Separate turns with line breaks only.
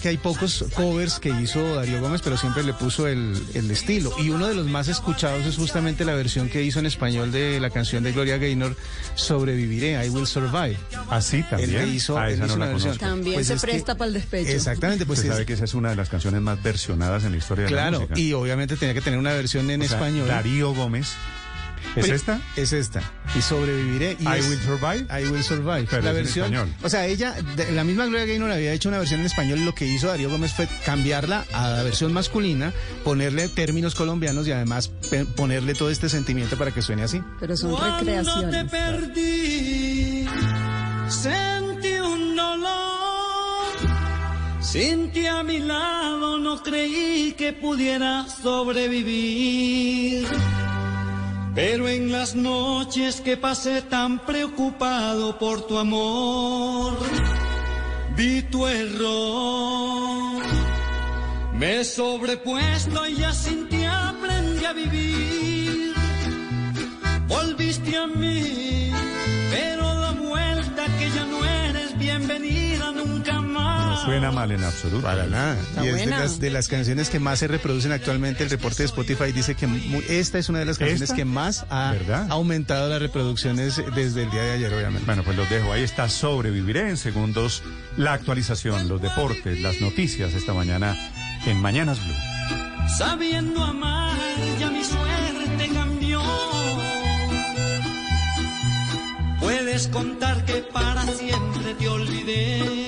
que hay pocos covers que hizo Darío Gómez, pero siempre le puso el, el estilo. Y uno de los más escuchados es justamente la versión que hizo en español de la canción de Gloria Gaynor, Sobreviviré, I Will Survive.
Así Ah, también.
Él le hizo,
Ah,
él
esa
hizo
no la
una versión.
conozco.
También
Pues
se
es que-
presta para el despecho.
Exactamente, pues
Pues se
es-
sabe que esa es una de las canciones más versionadas en la historia de la
claro.
música.
Y obviamente tenía que tener una versión en
O sea,
español.
Darío Gómez. ¿Es
Pri-
esta?
Es esta. Y sobreviviré. Y
I
es-
Will Survive.
I Will survive.
Pero es
la
en
versión.
español.
O sea, ella, de- la misma Gloria Gaynor había hecho una versión en español. Lo que hizo Darío Gómez fue cambiarla a la versión masculina, ponerle términos colombianos y además pe- ponerle todo este sentimiento para que suene así.
Pero son
Cuando te
recreaciones.
perdí, sentí un dolor. Sin ti a mi lado no creí que pudiera sobrevivir. Pero en las noches que pasé tan preocupado por tu amor, vi tu error. Me he sobrepuesto y ya sin ti aprendí a vivir. Volviste a mí, pero la vuelta que ya no eres bienvenida nunca más.
No suena mal en absoluto.
Para nada.
Está
y es de
buena.
las, de las canciones que más se reproducen actualmente. El reporte de Spotify dice que mu- esta es una de las canciones
¿Esta?
que más ha
¿Verdad?
aumentado las reproducciones desde el día de ayer, obviamente.
Bueno, pues los dejo. Ahí está Sobreviviré en segundos. La actualización, los deportes, las noticias esta mañana en Mañanas Blue.
Sabiendo amar, ya mi suerte cambió. Puedes contar que para siempre te olvidé.